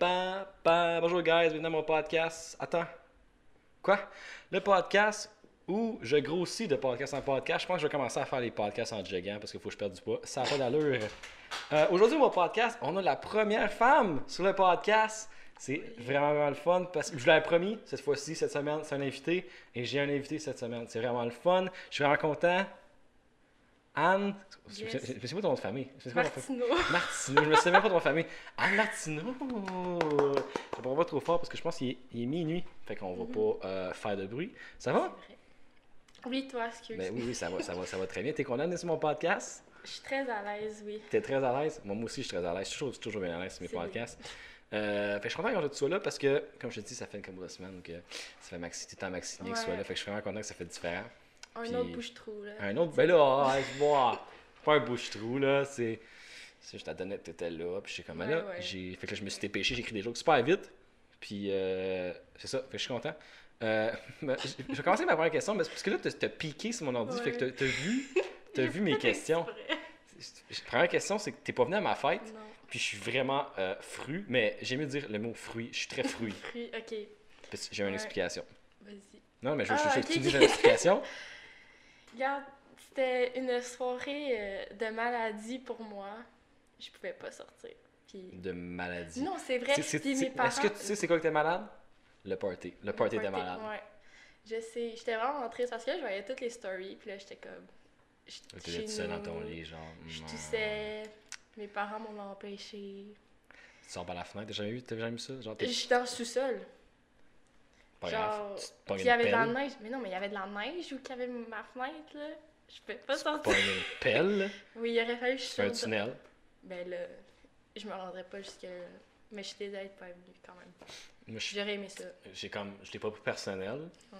Bonjour guys, bienvenue à mon podcast. Attends. Quoi? Le podcast où je grossis de podcast en podcast. Je pense que je vais commencer à faire les podcasts en joggant parce qu'il faut que je perde du poids. Ça n'a pas d'allure. Euh, Aujourd'hui, mon podcast, on a la première femme sur le podcast. C'est vraiment, vraiment le fun parce que je l'avais promis cette fois-ci, cette semaine, c'est un invité et j'ai un invité cette semaine. C'est vraiment le fun. Je suis vraiment content. Anne, je Yes. je- je- je sais pas ton nom de famille. Je sais pas ton- Martino. Martineau, je me souviens même pas de ma famille. Ah, Martineau! Je ne pas trop fort parce que je pense qu'il est, il est minuit. Fait qu'on va pas euh, faire de bruit. Ça va? Oui, toi, excuse. Ben oui, oui, ça va, ça va, ça va très bien. T'es content d'être sur mon podcast? Je suis très à l'aise, oui. T'es très à l'aise? Moi, moi aussi, je suis très à l'aise. Je suis toujours, toujours bien à l'aise sur mes C'est bien. podcasts. Euh, fait que je suis content quand tu sois là parce que, comme je te dis, ça fait une couple de semaines que ça fait maxi, tout le temps maxiné que tu sois Ouais. là. Fait que je suis vraiment content que ça fait différent. Un Puis- autre bouche-trou, là. Un autre, ben là, ah, c'est moi. C'est pas un bouche-trou, là. C'est. c'est- Je t'attendais que t'étais là, puis je sais comment Ouais, là. ouais. J'ai... Fait que là, je me suis dépêché, j'ai écrit des jokes super vite. Puis, euh, c'est ça, fait que je suis content. Euh, ben, je je vais commencer par ma première question, mais c'est parce que là, t'as, t'as piqué sur mon ordi, Ouais. fait que t'as, t'as vu, t'as vu mes Pas questions. exprès. Je- Première question, c'est que t'es pas venu à ma fête, Non, puis je suis vraiment euh, fru, mais j'aime mieux dire le mot fruit, je suis très fruit. fruits, ok, Parce que j'ai une Ouais. explication. vas-y. Non, mais je veux Ah, juste ok, que tu ok. dises une explication. Regarde, c'était une soirée euh, de maladie pour moi. Je pouvais pas sortir. Puis... De maladie. Non, c'est vrai. C'est- c'est- Puis c'est- mes parents... Est-ce que tu sais c'est quoi que t'es malade? Le party. Le party était t'es malade. Ouais. Je sais, j'étais vraiment triste parce que là, je voyais toutes les stories, puis là, j'étais comme... j'étais T'étais chez tout seul dans nous, ton lit, genre. Je mm, toussais, mes parents m'ont empêché. Tu sors par la fenêtre, t'as jamais vu, t'as jamais vu ça? Genre, t'es J'étais dans le sous-sol. pas Genre, grave. Tu te puis pognes il y avait une de la pelle. neige. Mais non, mais il y avait de la neige ou qu'il y avait ma fenêtre, là. Je peux pas Tu pognes sortir. une pelle, Oui, il aurait fallu que je tu fais un sorte. tunnel. Ben là, je me rendrais pas jusque-là. Mais je suis désolée d'être pas venue quand même. Moi, je- J'aurais aimé ça. j'ai comme. Je l'ai pas pris personnel. Ouais.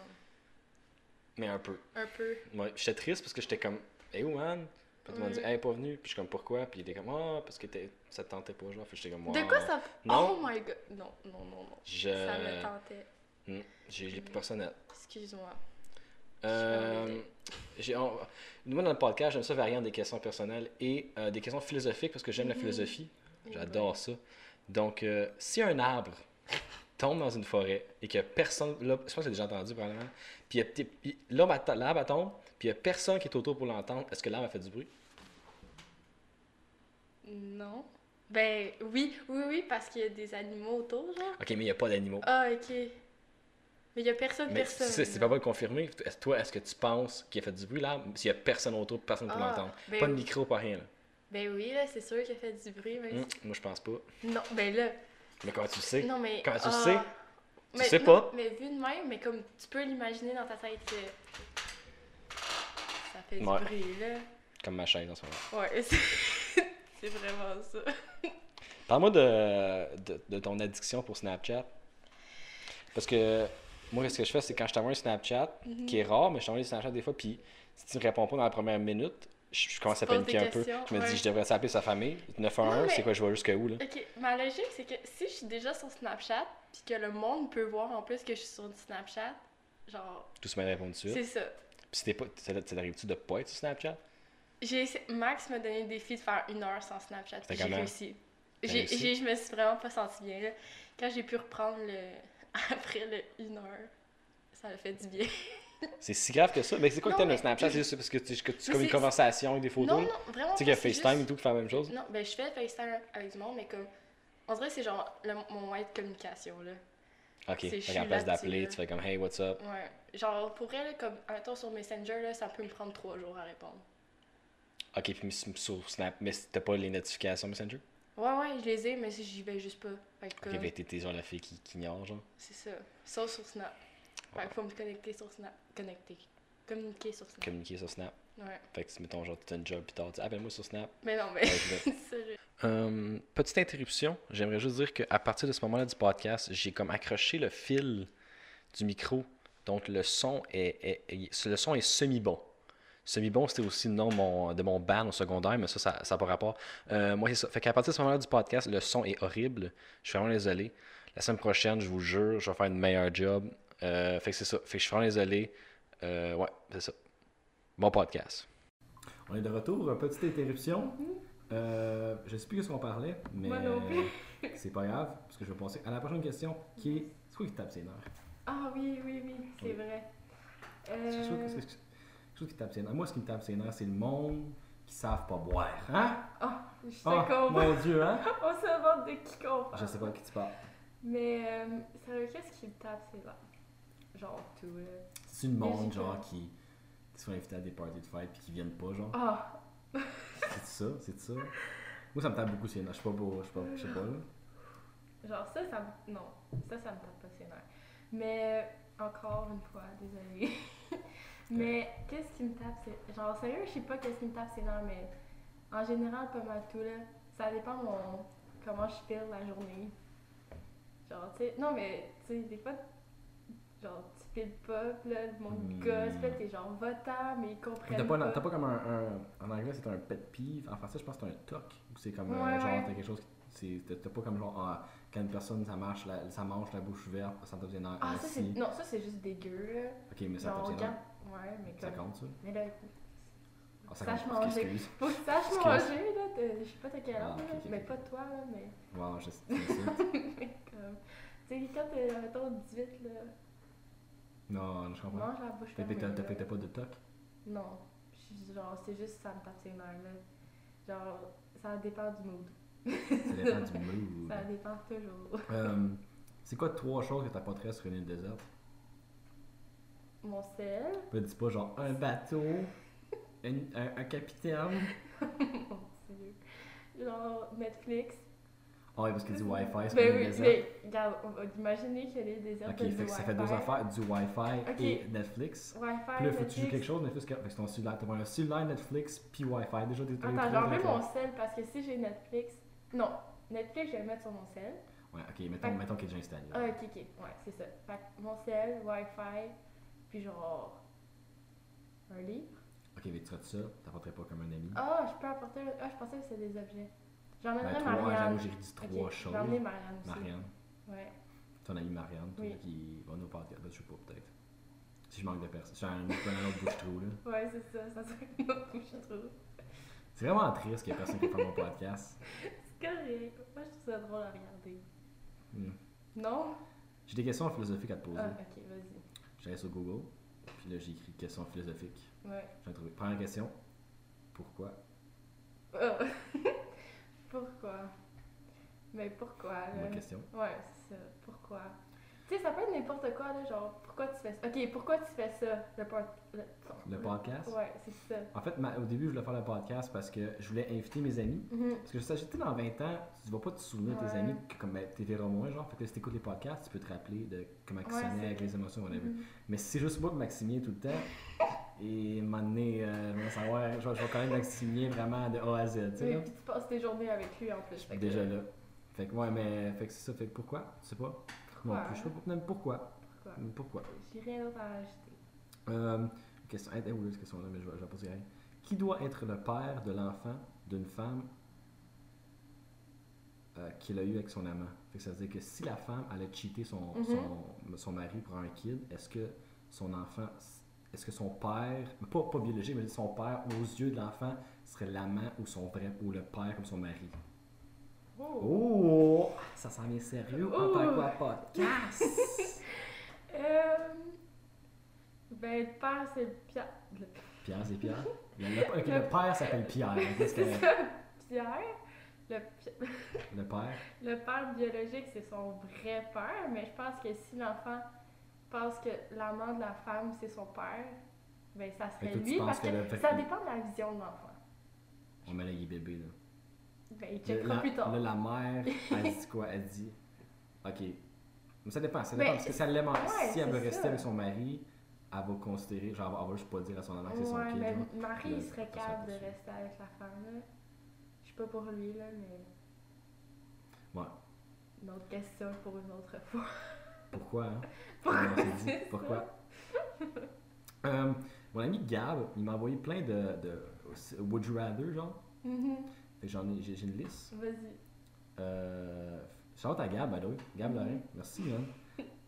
Mais un peu. Un peu. Ouais, j'étais triste parce que j'étais comme. Hey, où, man? Puis tout le monde dit, Ouais. hey, pas venu. Puis je suis comme, pourquoi? Puis il était comme, ah, parce que t'es- ça te tentait pas, genre. Puis j'étais comme, De Ouais. quoi ça. Non. Oh my god. Non, non, non, non. Je. Ça me tentait. Mm, J'ai j'ai pris personnel. Excuse-moi. Euh, Je vais j'ai- on- moi, dans le podcast, j'aime ça variant des questions personnelles et euh, des questions philosophiques parce que j'aime la Mhm. philosophie. J'adore ça. Donc, euh, si un arbre tombe dans une forêt et que personne. Là, je pense que j'ai déjà entendu probablement. Puis il y a petit- puis l'arbre atta- l'arbre elle tombe, puis il n'y a personne qui est autour pour l'entendre, est-ce que l'arbre a fait du bruit Non. Ben oui, oui, oui, parce qu'il y a des animaux autour, genre. Ok, mais il n'y a pas d'animaux. Ah, ok. Mais il y a personne, mais personne. c'est c'est pas là. pas le confirmer. Est-ce- Toi, est-ce que tu penses qu'il a fait du bruit l'arbre S'il n'y a personne autour, personne pour Ah, l'entendre. ben pas de oui. micro, pas rien. là. Ben oui, là, c'est sûr qu'il a fait du bruit, même Hum, moi, je pense pas. si- Non, ben là. Mais comment tu le sais Non, mais. Comment tu le ah. sais? Tu sais non, pas? Mais vu de même, mais comme tu peux l'imaginer dans ta tête. euh, Ça fait du Ouais. bruit, là. Comme ma chaise en ce moment. Ouais, c'est c'est vraiment ça. Parle-moi de, de, de ton addiction pour Snapchat. Parce que moi, ce que je fais, c'est quand je t'envoie un Snapchat, Mhm. qui est rare, mais je t'envoie des Snapchat des fois, puis si tu ne réponds pas dans la première minute, je, je commence à Tu poses paniquer des un peu. questions, Je me dis, ouais. je devrais s'appeler sa famille. 911, Non, mais- c'est quoi, je vois jusqu'à où, là? Ok, ma logique, c'est que si je suis déjà sur Snapchat, puis que le monde peut voir en plus que je suis sur Snapchat, genre, Tout se met à répondre dessus. Puis c'est ça. si t'es pas, ça ça t'arrive-tu de pas être sur Snapchat? J'ai essayé- Max m'a donné le défi de faire une heure sans Snapchat. C'était puis J'ai comment? réussi. T'as J'ai- réussi? j'ai- Je me suis vraiment pas senti bien. là. Quand j'ai pu reprendre le... après le une heure, ça a fait du bien. C'est si grave que ça? Mais c'est quoi Non, que t'aimes mais- le Snapchat? C'est juste parce que tu que tu- Mais comme une c'est- conversation avec des photos? non, là? non, vraiment. tu sais qu'il y a pas, c'est FaceTime et juste- tout qui fait la même chose? Non, ben je fais FaceTime avec du monde, mais comme. On dirait que c'est genre le- mon moyen de communication, là. Ok, c'est- je fait suis qu'en place là-dessus, d'appeler, là. tu fais comme Hey, what's up? Ouais. Genre, pour elle, comme, un temps sur Messenger, là, ça peut me prendre trois jours à répondre. Ok, puis sur sur Snap, mais t'as pas les notifications Messenger? Ouais, ouais, je les ai, mais si j'y vais juste pas. Fait que, Ok, comme, ben t'es- t'es genre la fille qui, qui ignore, genre. c'est ça. Sauf sur Snap. Fait que faut me connecter sur Snap. Connecter. Communiquer sur Snap. Communiquer sur Snap. Ouais. Fait que, mettons, genre, t'as une job pis tard, tu dis, appelle-moi sur Snap. Mais non, mais. Ouais, je vais- ça, je- Euh, petite interruption, j'aimerais juste dire qu'à partir de ce moment-là du podcast, j'ai comme accroché le fil du micro. Donc le son est, est- est- le son est semi-bon. Semi-bon, c'était aussi le nom de mon, de mon ban au secondaire, mais ça, ça n'a pas rapport. Euh, moi, c'est ça. Fait qu'à partir de ce moment-là du podcast, le son est horrible. Je suis vraiment désolé. La semaine prochaine, je vous jure, je vais faire une meilleure job. Euh, fait que c'est ça. Fait que je suis vraiment désolé. Euh, Mm-hmm. ouais, c'est ça. Bon podcast. On est de retour, petite interruption. Euh, je ne sais plus de ce qu'on parlait, mais Moi non c'est pas grave, parce que je vais passer à la prochaine question qui est c'est quoi qui tape ses nerfs Ah oui, oui, oui, c'est Oui. vrai. C'est sûr que c'est Euh... quelque chose qui tape ses nerfs. Moi, ce qui me tape ses nerfs, c'est le monde qui savent pas boire. Hein Oh, je suis Ah, d'accord. mon Dieu, hein On se demande de qui qu'on parle. Je sais pas de qui tu parles. Mais euh, sérieux, qu'est-ce qui me tape c'est là? Genre tout. euh. C'est le monde, Musical. genre, qui, qui sont invités à des parties de fête puis qui viennent pas, genre. Ah, C'est ça, c'est ça. Moi, ça me tape beaucoup ses nerfs. Je suis pas beau, je suis pas, je sais pas, là. genre ça, ça me... Non, ça, ça me tape pas ses nerfs. Mais euh, encore une fois, désolée. mais qu'est-ce qui me tape c'est... Genre sérieux, je sais pas qu'est-ce qui me tape ses nerfs, mais en général, pas mal tout là. Ça dépend mon... comment je file la journée. Genre, tu sais... Non, mais, tu sais, des fois... Genre, tu files pas, pis là, mon Hmm. gosse, pis là, t'es genre votant, mais ils comprennent Mais T'as pas, un- t'as pas comme un, un- En anglais, c'est un pet peeve. En français, je pense que c'est un toc. Ou c'est comme un Ouais, genre, ouais. t'as quelque chose. qui- c'est- T'as t'as pas comme genre, ah, quand une personne, ça, marche, la, ça mange la bouche ouverte, ça tape ses nerfs. Ah, ça, c'est... assis. Non, ça, c'est juste dégueu, là. Ok, mais ça Genre, tape ses regarde. nerfs. Ouais, mais Ça comme... compte, ça Mais là, Ah, ça Sache compte. Ok, manger. excuse. faut que tu saches Excuse. manger, là. t'es- Je sais pas t'as quel âge, Ah, ok, là, ok, Mais ok. pas toi, là, mais... Wow, je je m'insulte. mais comme... Tu sais, quand t'es, mettons, 18, là, Non, non, je comprends. mange la bouche Fait que t'as- fermée, t'as là. fait que t'as pas de toc. Non. Je suis genre, c'est juste ça me tape ses nerfs, là. Genre, ça dépend du mood. Ça dépend du mood. Ça dépend toujours. Euh, c'est quoi trois choses que t'apporterais sur une île déserte Mon sel, Là, dis pas genre un bateau, une- un, un capitaine. mon dieu. Genre, Netflix. Ah oui, parce que du Wi-Fi, c'est Ben une île oui, déserte. mais regarde, on va imaginer qu'il y a des déserts Ok, fait que ça fait deux affaires, du Wi-Fi Ok. et Netflix. Wi-Fi, Puis là, faut que tu joues Netflix. quelque chose, Netflix, fait que ton cellulaire, t'as un cellulaire, Netflix, puis Wi-Fi. Déjà, t'es t'as les Attends, trois, j'enlève fait que- mon sel parce que si j'ai Netflix. Non, Netflix, je vais le mettre sur mon sel. Ouais, ok, mettons, Fait- mettons qu'il est déjà installé. Ah, ok, ok, ouais, c'est ça. Fait que mon sel, Wi-Fi, puis genre. Un livre. Ok, mais tu ferais ça, t'apporterais pas comme un ami. Ah, je peux apporter. Ah, je pensais que c'était des objets. Mm. Ben, J'emmènerais trois, j'avoue, Marianne. j'ai dit Ok, trois J'ai emmené choses. Marianne aussi. Marianne, Ouais. ton ami Marianne, toi Oui. qui va nous parler, Ben, je sais pas, peut-être. Si je manque de personne, j'ai un, un autre bouche-trou, là. Ouais, c'est ça, ça serait une autre bouche, je trouve. C'est vraiment triste qu'il y ait personne qui fait mon podcast. C'est correct. Moi, je trouve ça drôle à regarder. Hmm. Non? J'ai des questions philosophiques à te poser. Ah, ok, vas-y. J'allais sur Google, puis là, j'ai écrit questions philosophiques. Ouais. J'en ai trouvé. Première question. Pourquoi Ah. pourquoi? Mais pourquoi, là? Bonne question. Ouais, c'est ça. Pourquoi? Tu sais, ça peut être n'importe quoi, là, genre, pourquoi tu fais ça? Ok, pourquoi tu fais ça? Le pod- Le, Le podcast. Ouais, c'est ça. En fait, ma- au début, je voulais faire le podcast parce que je voulais inviter mes amis. Mhm. Parce que je sais, tu sais, dans 20 ans, tu vas pas te souvenir de tes Ouais. amis que comme ben, t'es verras moins, genre. Fait que si t'écoutes les podcasts, tu peux te rappeler de comment ils Ouais, sonnaient c'est avec vrai. les émotions, whatever. Mhm. Mais si c'est juste moi qui maximien tout le temps, et m'amener, euh, je vais savoir, je vais, je vais quand même maximier vraiment de A à Z, tu sais. Oui, là. puis tu passes tes journées avec lui en plus. fait que- Déjà là. Fait que, ouais, mais fait que c'est ça. Fait que pourquoi Je sais pas. Pourquoi? hein? Non plus, je sais pas même pourquoi. Pourquoi? Mais Pourquoi J'ai rien d'autre à rajouter. Euh, question, elle était où, cette question-là, mais je vais, je vais poser elle. Qui doit être le père de l'enfant d'une femme euh, qu'il a eu avec son amant? Fait que ça veut dire que si la femme allait cheater son, Mhm. son, son mari pour un kid, est-ce que son enfant, est-ce que son père, pas, pas biologique, mais son père aux yeux de l'enfant serait l'amant ou son vrai, ou le père comme son mari? Oh! Ça s'en vient sérieux en Oh! tant que podcast! Euh, Ben, le père, c'est le Pierre. Le... Pierre, c'est Pierre. Le, le- ok, le père s'appelle Pierre. Qu'est-ce que- C'est ça, Pierre. Le, Pi- Le père. le père biologique, c'est son vrai père, mais je pense que si l'enfant pense que l'amant de la femme, c'est son père, ben, ça Fait serait que toi, tu lui, penses parce que que, le vrai- ça dépend de la vision de l'enfant. On met là, il est bébé, là. Ben, il Là, checkera la- plus tard. Là, la mère, elle dit quoi? Elle dit, OK. Mais ça dépend, ça Mais- dépend. Parce que ça l'aime en- Ouais, si elle veut c'est rester ça. avec son mari, elle va considérer, genre, elle va juste pas dire à son amant que c'est son ouais, ben kid. mais genre. Marie, Là, il c'est serait pas ça, capable de là-dessus. rester avec la femme, là. Je suis pas pour lui, là, mais Ouais. une autre question pour une autre fois. Pourquoi, hein? Pourquoi On s'est dit, c'est pourquoi? ça? Euh, mon ami Gab, il m'a envoyé plein de, de Would You Rather, genre. Mhm. Fait que j'en ai, j'ai j'ai une liste. Vas-y. Euh, shout à Gab, by the way. Gab Mhm. Lorrain, merci, man.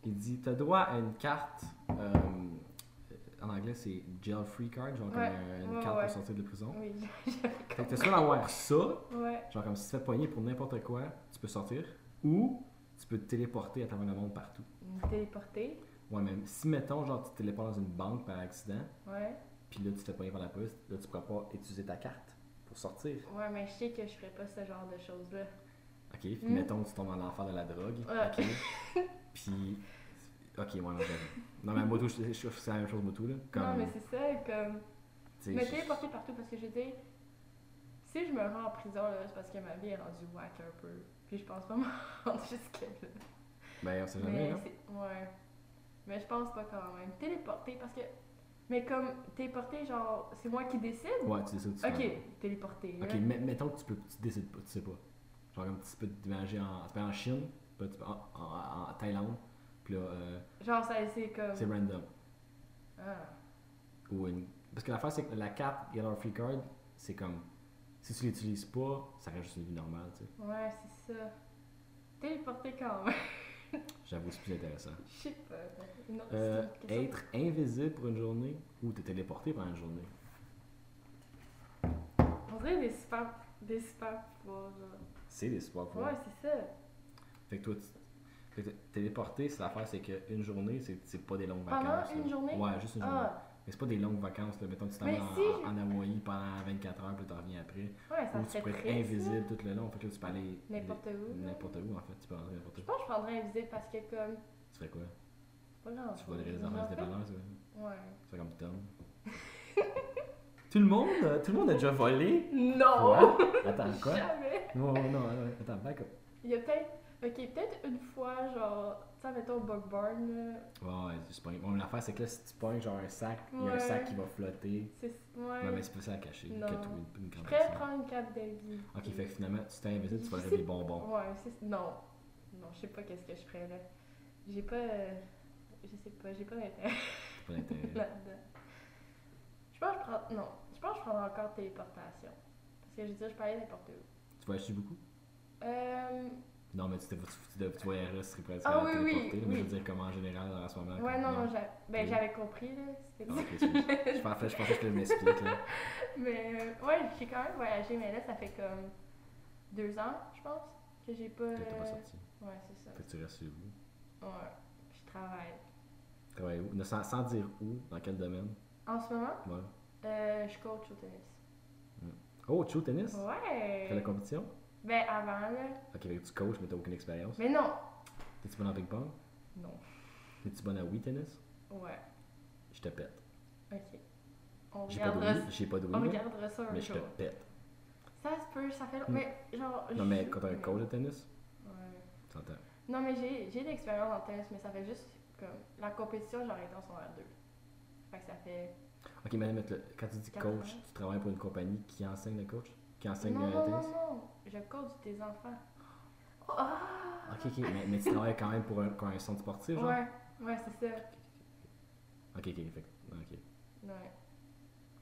Il dit T'as droit à une carte euh, en anglais, c'est jail free card, genre Ouais, comme euh, une ouais, carte ouais. pour sortir de prison. Oui, Fait que t'es soit d'avoir ça, ouais. genre comme si tu te fais pogner pour n'importe quoi, tu peux sortir, ou tu peux te téléporter à travers le monde partout. Me téléporter. Ouais, même si, mettons, genre, tu te téléportes dans une banque par accident, Ouais. puis là, tu te fais pogner par la police, là, tu pourras pas utiliser ta carte pour sortir. Ouais, mais je sais que je ferais pas ce genre de choses-là. Ok, puis Hmm. mettons que tu tombes dans l'enfer de la drogue. Ouais. Ok. puis. Ok, ouais, non, j'avoue. Non, mais moto, je, je, je- c'est la même chose, moto, là. Comme, Non, mais c'est ça, comme. tu sais, Me je- téléporter partout parce que je veux dire, si je me rends en prison, là, c'est parce que ma vie est rendue whack un peu. Puis je pense pas me rendre jusque-là. Ben, on sait jamais, Mais là. c'est. Ouais. Mais je pense pas quand même. Téléporter parce que. Mais comme téléporter, genre, c'est moi qui décide. Ouais, tu décides, tu Ok, fais- téléporter. là. Ok, mais- mettons que tu peux, tu décides pas, tu sais pas. Genre, comme tu peux te déménager en, tu peux aller en Chine, puis là, tu peux en, en- en Thaïlande, puis là, euh, Genre, ça, c'est comme. c'est random. Ah. Ou une... Parce que l'affaire, c'est que la carte Yellow Free Card, c'est comme. Si tu l'utilises pas, ça reste juste une vie normale, tu sais. Ouais, c'est ça. Téléporter quand même. J'avoue, c'est plus intéressant. Je sais pas. Non, c'est Euh, une question. être invisible pour une journée ou te téléporter pendant une journée. On dirait des super. Des super pouvoirs, genre. C'est des super pouvoirs. Ouais, c'est ça. Fait que toi, tu- fait que te- téléporter, c'est l'affaire, c'est qu'une journée, c'est c'est pas des longues Pendant vacances. une là. journée? Ouais, juste une journée. Ah, Mais c'est pas des longues vacances, là. Mettons que tu t'en Mais vas en, si je- en Hawaï pendant 24 heures, puis t'en reviens après. ouais, ça ou tu serait peux être triste, là. invisible tout le long. Fait que là, tu peux aller N'importe où. n'importe où, en fait. Tu peux aller n'importe Je où. pense que je prendrais invisible parce que, comme. Tu ferais quoi Pas grand Tu volerais les enfants des dépanneurs, ça Ouais. Tu fais comme Tom. tout le monde euh, Tout le monde a déjà volé Non! Quoi Attends, quoi Jamais! Non, non, non, non, attends, back up. Il y a peut-être. Ok, peut-être une fois, genre. Tu sais, mettons, Bug Barn, là. Ouais, tu pognes. Bon, l'affaire, c'est que là, si tu pognes genre un sac, il y a un Ouais. sac qui va flotter. C'est. Ouais. Ouais, mais c'est plus ça à cacher Non. que tout une, une je grande pourrais personne. prendre une carte d'Elvie. Ok, fait que finalement, tu t'es invisible, tu vas Je lever sais- des bonbons. Ouais, c'est. Non. Non, je sais pas qu'est-ce que je ferais, là. J'ai pas. euh, Je sais pas, j'ai pas d'intérêt C'est pas d'intérêt. là-dedans. Je pense que je prends. Non. Je pense que je prendrais encore téléportation. Parce que je veux dire, je peux aller n'importe où. tu vas acheter beaucoup Euh. Non, mais tu, t'es- tu, tu, tu voyagerais, tu serais presque Ah à oui, oui, téléporter, là, mais je oui. veux dire, comme en général, en ce moment. Ouais, comme- non, non, j'a- Oui. ben, j'avais compris, là. C'était Ah, ok, excuse. je, pensais, je pensais que tu m'expliquer, là. Mais euh, ouais, j'ai quand même voyagé, mais là, ça fait comme deux ans, je pense, que j'ai pas. Que t'es pas euh, sorti. Ouais, c'est ça. Fait que tu restes chez vous. Ouais, je travaille. Travaille où Ne- sans, sans dire où, dans quel domaine En ce moment, Ouais. euh, je coach au tennis. Oh, tu joues au tennis Tu fais la Ouais! compétition Ben, avant, là. Ok, fait que tu coaches, mais t'as aucune expérience. Mais non! T'es-tu bonne en ping-pong Non. T'es-tu bonne à Wii tennis Ouais, Je te pète. ok. On J'ai pas de regardera, Wii, j'ai pas de Wii, on là, regardera ça un mais je jour. te pète. Ça se peut, ça fait long. Mm. Mais genre. Non, je- mais quand t'as un coach de tennis, Ouais. t'entends. Non, mais j'ai j'ai de l'expérience en tennis, mais ça fait juste comme. La compétition, j'ai arrêté en secondaire 2. Fait que ça fait. Ok, mais admettons, le- quand tu dis Quatre coach, ans. tu travailles pour une compagnie qui enseigne le coach Qui enseigne non, le non, non, tennis non, je coach tes enfants. Oh, ah! Ok, ok, mais, mais tu travailles quand même pour un, pour un centre sportif, genre Ouais, ouais, c'est ça. Ok, ok, fait que- ok. Ouais.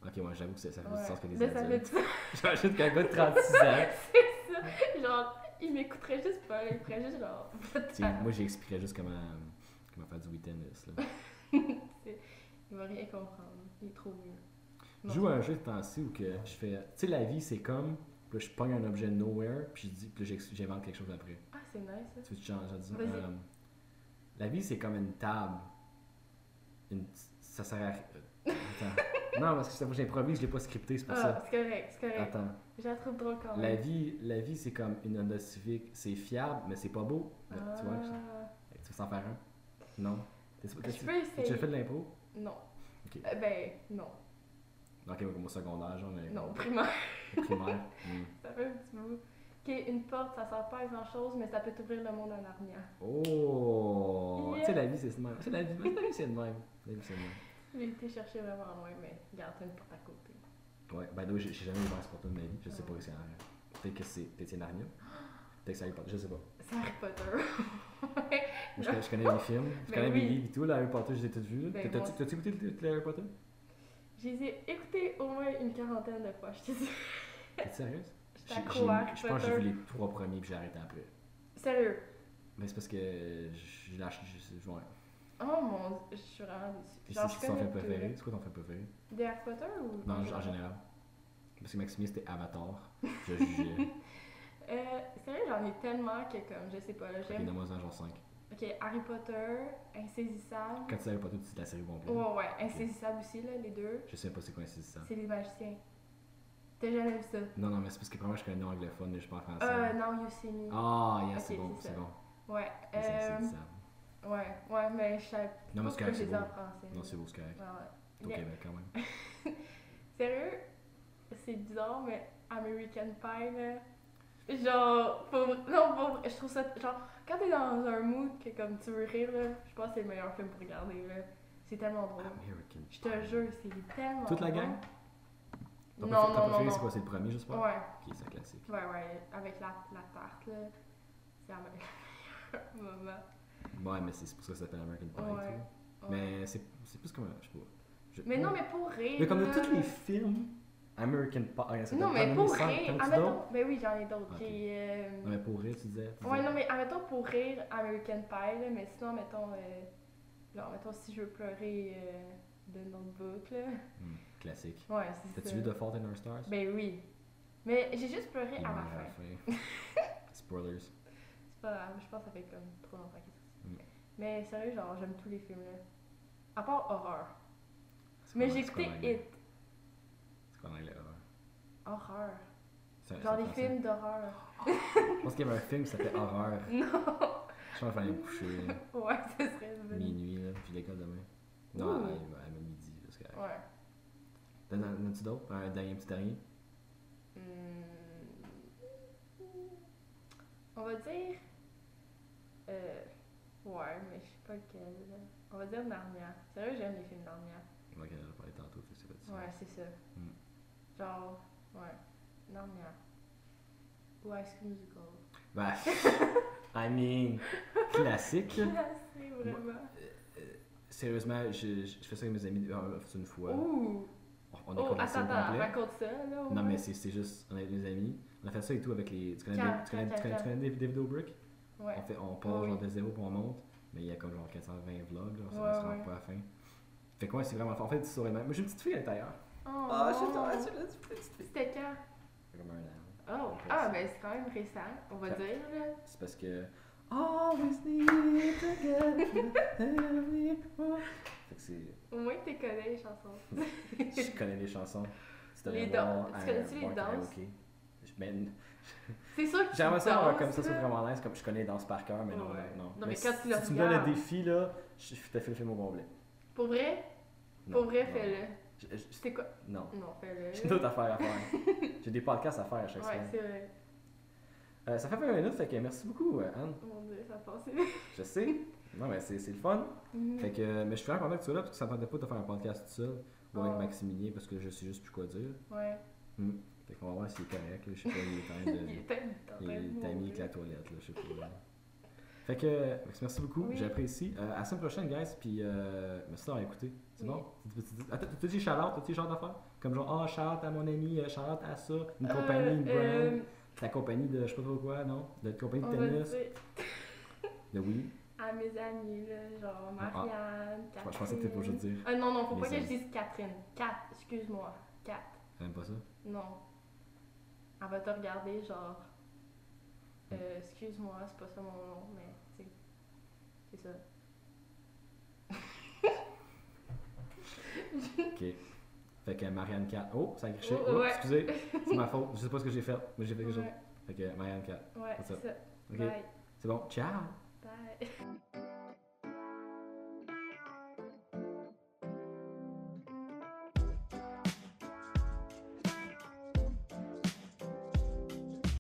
Ok, moi j'avoue que ça ça fait ouais. du sens que les Là, ça fait adultes. du sens, J'imagine qu'un gars de 36 ans, c'est ça. Genre, il m'écouterait juste pas, il ferait juste genre. tu sais, moi j'expliquerais juste comment, comment faire du Wii tennis. Là. Il va rien comprendre. Il est trop vieux. Je Non, joue à un jeu de temps-ci où que je fais. Tu sais, la vie c'est comme. Puis là, je pogne un objet de nowhere, puis je dis, puis là, j'ex- j'invente quelque chose après. Ah, c'est nice ça. Tu veux que je change, je dis, Vas-y. euh, La vie, c'est comme une table. Une- Ça sert à. ri- euh, Attends. non, parce que c'est- moi, j'improvise, je l'ai pas scripté, c'est pour Ah, ça. c'est correct, c'est correct. Ah Attends. Je la trouve drôle quand La même. vie, la vie c'est comme une Honda Civic. C'est fiable, mais c'est pas beau. Là, Tu vois, je- Ah. tu veux s'en faire un Non. T'es- t'es- Je peux T'as déjà essayer. fait de l'impro Non. Ok. Euh, ben, non. Non, ok, comme au secondaire, genre, mais. Non, primaire. Au primaire. Hmm. Ça fait un petit bout. Ok, une porte, ça sert pas à grand chose, mais ça peut t'ouvrir le monde en arrière. Oh Tu sais, Yeah. la vie, c'est de même. Tu sais, la vie, la vie, c'est de même. La vie, c'est de même. J'ai été chercher vraiment loin, mais garde une porte à côté. Ouais, ben, oui, j'ai j'ai jamais ouvert ce porte de ma vie. Je sais pas où c'est en arrière. Peut-être que c'est. Peut-être que c'est Narnia. Peut-être que c'est Harry Potter, je sais pas. C'est Harry Potter. Ouais. Moi, je, connais, je connais les films, je Ah. Ben connais les oui. livres et tout. là, Harry Potter, je les ai tous vus. Ben, T'as- moi T'as-tu t'as-tu écouté le- le Harry Potter Je les ai écoutés au moins une quarantaine de fois, je te dis. T'es sérieuse J'étais J'ai- accro j'ai- à Harry Je pense que j'ai Potter. vu les trois premiers puis j'ai arrêté après. Sérieux. Mais c'est parce que je je lâche. Je, je- ouais. Oh mon dieu, je suis vraiment déçue. Puis Genre, c'est je qui t'en connais fait deux, préféré? là. C'est quoi ton fait préféré? Des Harry Potter ou. Dans, en général. Parce que Maximien, c'était Avatar. Je jugeais. Euh, sérieux, j'en ai tellement que, comme, je sais pas, là, Ok, j'aime. donne-moi genre 5. Ok, Harry Potter, Insaisissable. Quand tu savais pas tout, c'est la série complète. Ouais, ouais, Insaisissable aussi, là, les deux. Je sais pas c'est quoi ça. C'est les magiciens. T'as jamais vu ça? Non, non, mais c'est parce que premièrement, je connais anglophone, mais je parle français. Euh, non, you see me. Ah, yeah, c'est Ok, bon, c'est c'est ça. bon. Ouais, Mais c'est- c'est euh, bizarre. ouais, ouais, mais je savais Non, mais pas c'est pourquoi correct, je c'est les beau. ai en français. Non, c'est beau, c'est correct. Ouais, ouais. C'est au Mais- Québec quand même. Sérieux, c'est bizarre, mais American Pie, là. Genre, pour, non, pour, je trouve ça. Genre, quand t'es dans un mood que comme tu veux rire, là, je pense que c'est le meilleur film pour regarder, là. C'est tellement drôle. American. Je te jure, c'est tellement. Toute la drôle. gang? Ton Non, préféré- ton non, non. préféré, non. c'est quoi C'est le premier, j'espère Ouais, Ok, c'est un classique. ouais, ouais. Avec la, la tarte, là. C'est la meilleure moment. Ouais, mais c'est pour ça que ça s'appelle American Pie. Ouais, tu vois. Ouais. Mais c'est c'est plus comme. un- Je sais pas. Je- Mais non, mais pour rire. Mais comme de là, tous les films, American Pie. regarde, ça Non, t'en mais donne pour cinq, rire. t'en as-tu d'autres? Admettons. Ben oui, j'en ai d'autres. Ok. J'ai. euh, Non, mais pour rire, tu disais. tu Ouais, disais- non, mais admettons pour rire, American Pie, là, mais sinon, mettons, euh, genre, mettons, si je veux pleurer euh, de Notebook, là. Hmm, classique. Ouais, c'est ça. T'as-tu vu The Fault in Our Stars Ben oui. Mais j'ai juste pleuré Il à la meurt fin. fin. Spoilers. C'est pas grave, je pense que ça fait comme trop longtemps qu'il est sorti. Mm. Mais sérieux, genre, j'aime tous les films, là. À part horreur. C'est Mais quoi- j'ai c'est quoi écouté en anglais? It. C'est quoi en anglais, horreur? Horreur. C'est un- Genre, Ben, c'est les un français. films d'horreur. Je pense qu'il y avait un film qui s'appelait Horreur. Je Non. pense qu'il fallait me coucher là, ouais, ce serait une bonne- minuit, là, puis l'école demain. Non, Ouh. à, à, à midi. parce que- Ouais. T'en as- T'en as-tu d'autres Un dernier petit dernier Hmm. On va dire. Euh, ouais, mais je sais pas lequel. là. On va dire Narnia. Sérieux, j'aime les films Narnia. On va qu'elle en a parlé tantôt, fait que c'est pas ça. Ouais, c'est ça. Mm. Genre, ouais. Narnia. Ou High School Musical. Bah, I mean, classique. Classé, vraiment. Sérieusement, je, je- je fais ça avec mes amis euh, une fois. Ouh! On a Oh, commencé attends, au attends, complet. raconte ça, là. au Non, moins. mais c'est c'est juste, on est avec mes amis. On a fait ça et tout avec les. Tu connais, Tiens, Dave- tu connais, tiens, tu connais, tiens, tu connais Dave- David Dobrik Ouais. On, fait, on part Ah Oui. genre de zéro puis on monte, mais il y a comme genre 420 vlogs, là, on s'en Ouais, se rend ouais. pas à la fin. Fait quoi, c'est vraiment fort. En fait, tu saurais même. Moi, j'ai une petite fille à l'intérieur. Oh, Ah, C'était quand? Fait comme un an. Oh! Récent. Ah, ben c'est quand même récent, on va Ça- dire, là. C'est parce que. Always need to get Fait que c'est. Au moins, tu connais les chansons. Je connais les chansons. Tu devrais Les voir danses. à Tu connais-tu les Walk It Out, danses? ok. Je mène. C'est sûr que tu J'aimerais ça avoir danses, comme ça, c'est là. vraiment nice, comme je connais les danses par cœur, mais non, Ouais. non, non. Non, mais quand si- tu le si me donnes le regardes. défi, là, je je te fais le film au complet. Pour vrai, Non, pour vrai, non. fais-le. Je- je- C'est quoi Non. Non, fais-le. J'ai d'autres affaires à faire. J'ai des podcasts à faire à chaque Ouais, semaine. c'est vrai. Euh, ça fait 20 minutes, fait que merci beaucoup, euh, Anne. Oh Mon dieu, ça passe. Je sais. Non, mais c'est c'est le fun. Fait Mm. que, euh, mais je suis vraiment content que tu sois là parce que ça me tentait pas de faire un podcast tout seul ou avec Ah. Maximilien parce que je sais juste plus quoi dire. Ouais. Fait qu'on va voir s'il est correct. là. Je sais pas, il est quand même de. Il est tellement en train Il de est ami avec la mourir. toilette, là, je sais pas. là. Fait que, euh, Max, merci beaucoup, Oui. j'apprécie. Euh, à la semaine prochaine, guys, puis euh, merci d'avoir écouté. C'est Oui. bon? Tu- tu- tu- Attends, t'as dit shout-out, t'as dit genre d'affaires? Comme genre, ah, shout-out à mon ami, euh, shout-out à ça, une Euh, compagnie, une brand, euh, ta compagnie de je sais pas trop quoi, non? De ta compagnie on de va tennis, dire de oui. à mes amis, là, Ah, genre ah. Marianne, Je Catherine. pensais que t'étais pour juste dire, Ah non, non, faut Mes pas que amis. je dise Catherine. Cat, excuse-moi. Cat, j'aime pas ça. non. Elle va te regarder, genre. Euh, Hmm. excuse-moi, c'est pas ça mon nom, mais tu sais. C'est ça. Ok. Fait que Marianne 4. Oh, ça a griché. Oh, Oups, ouais. excusez, c'est ma faute, je sais pas ce que j'ai fait, mais j'ai fait quelque chose. Ouais, Fait que Marianne 4. ouais, C'est ça. c'est ça. Ok, Bye. c'est bon, ciao! Bye.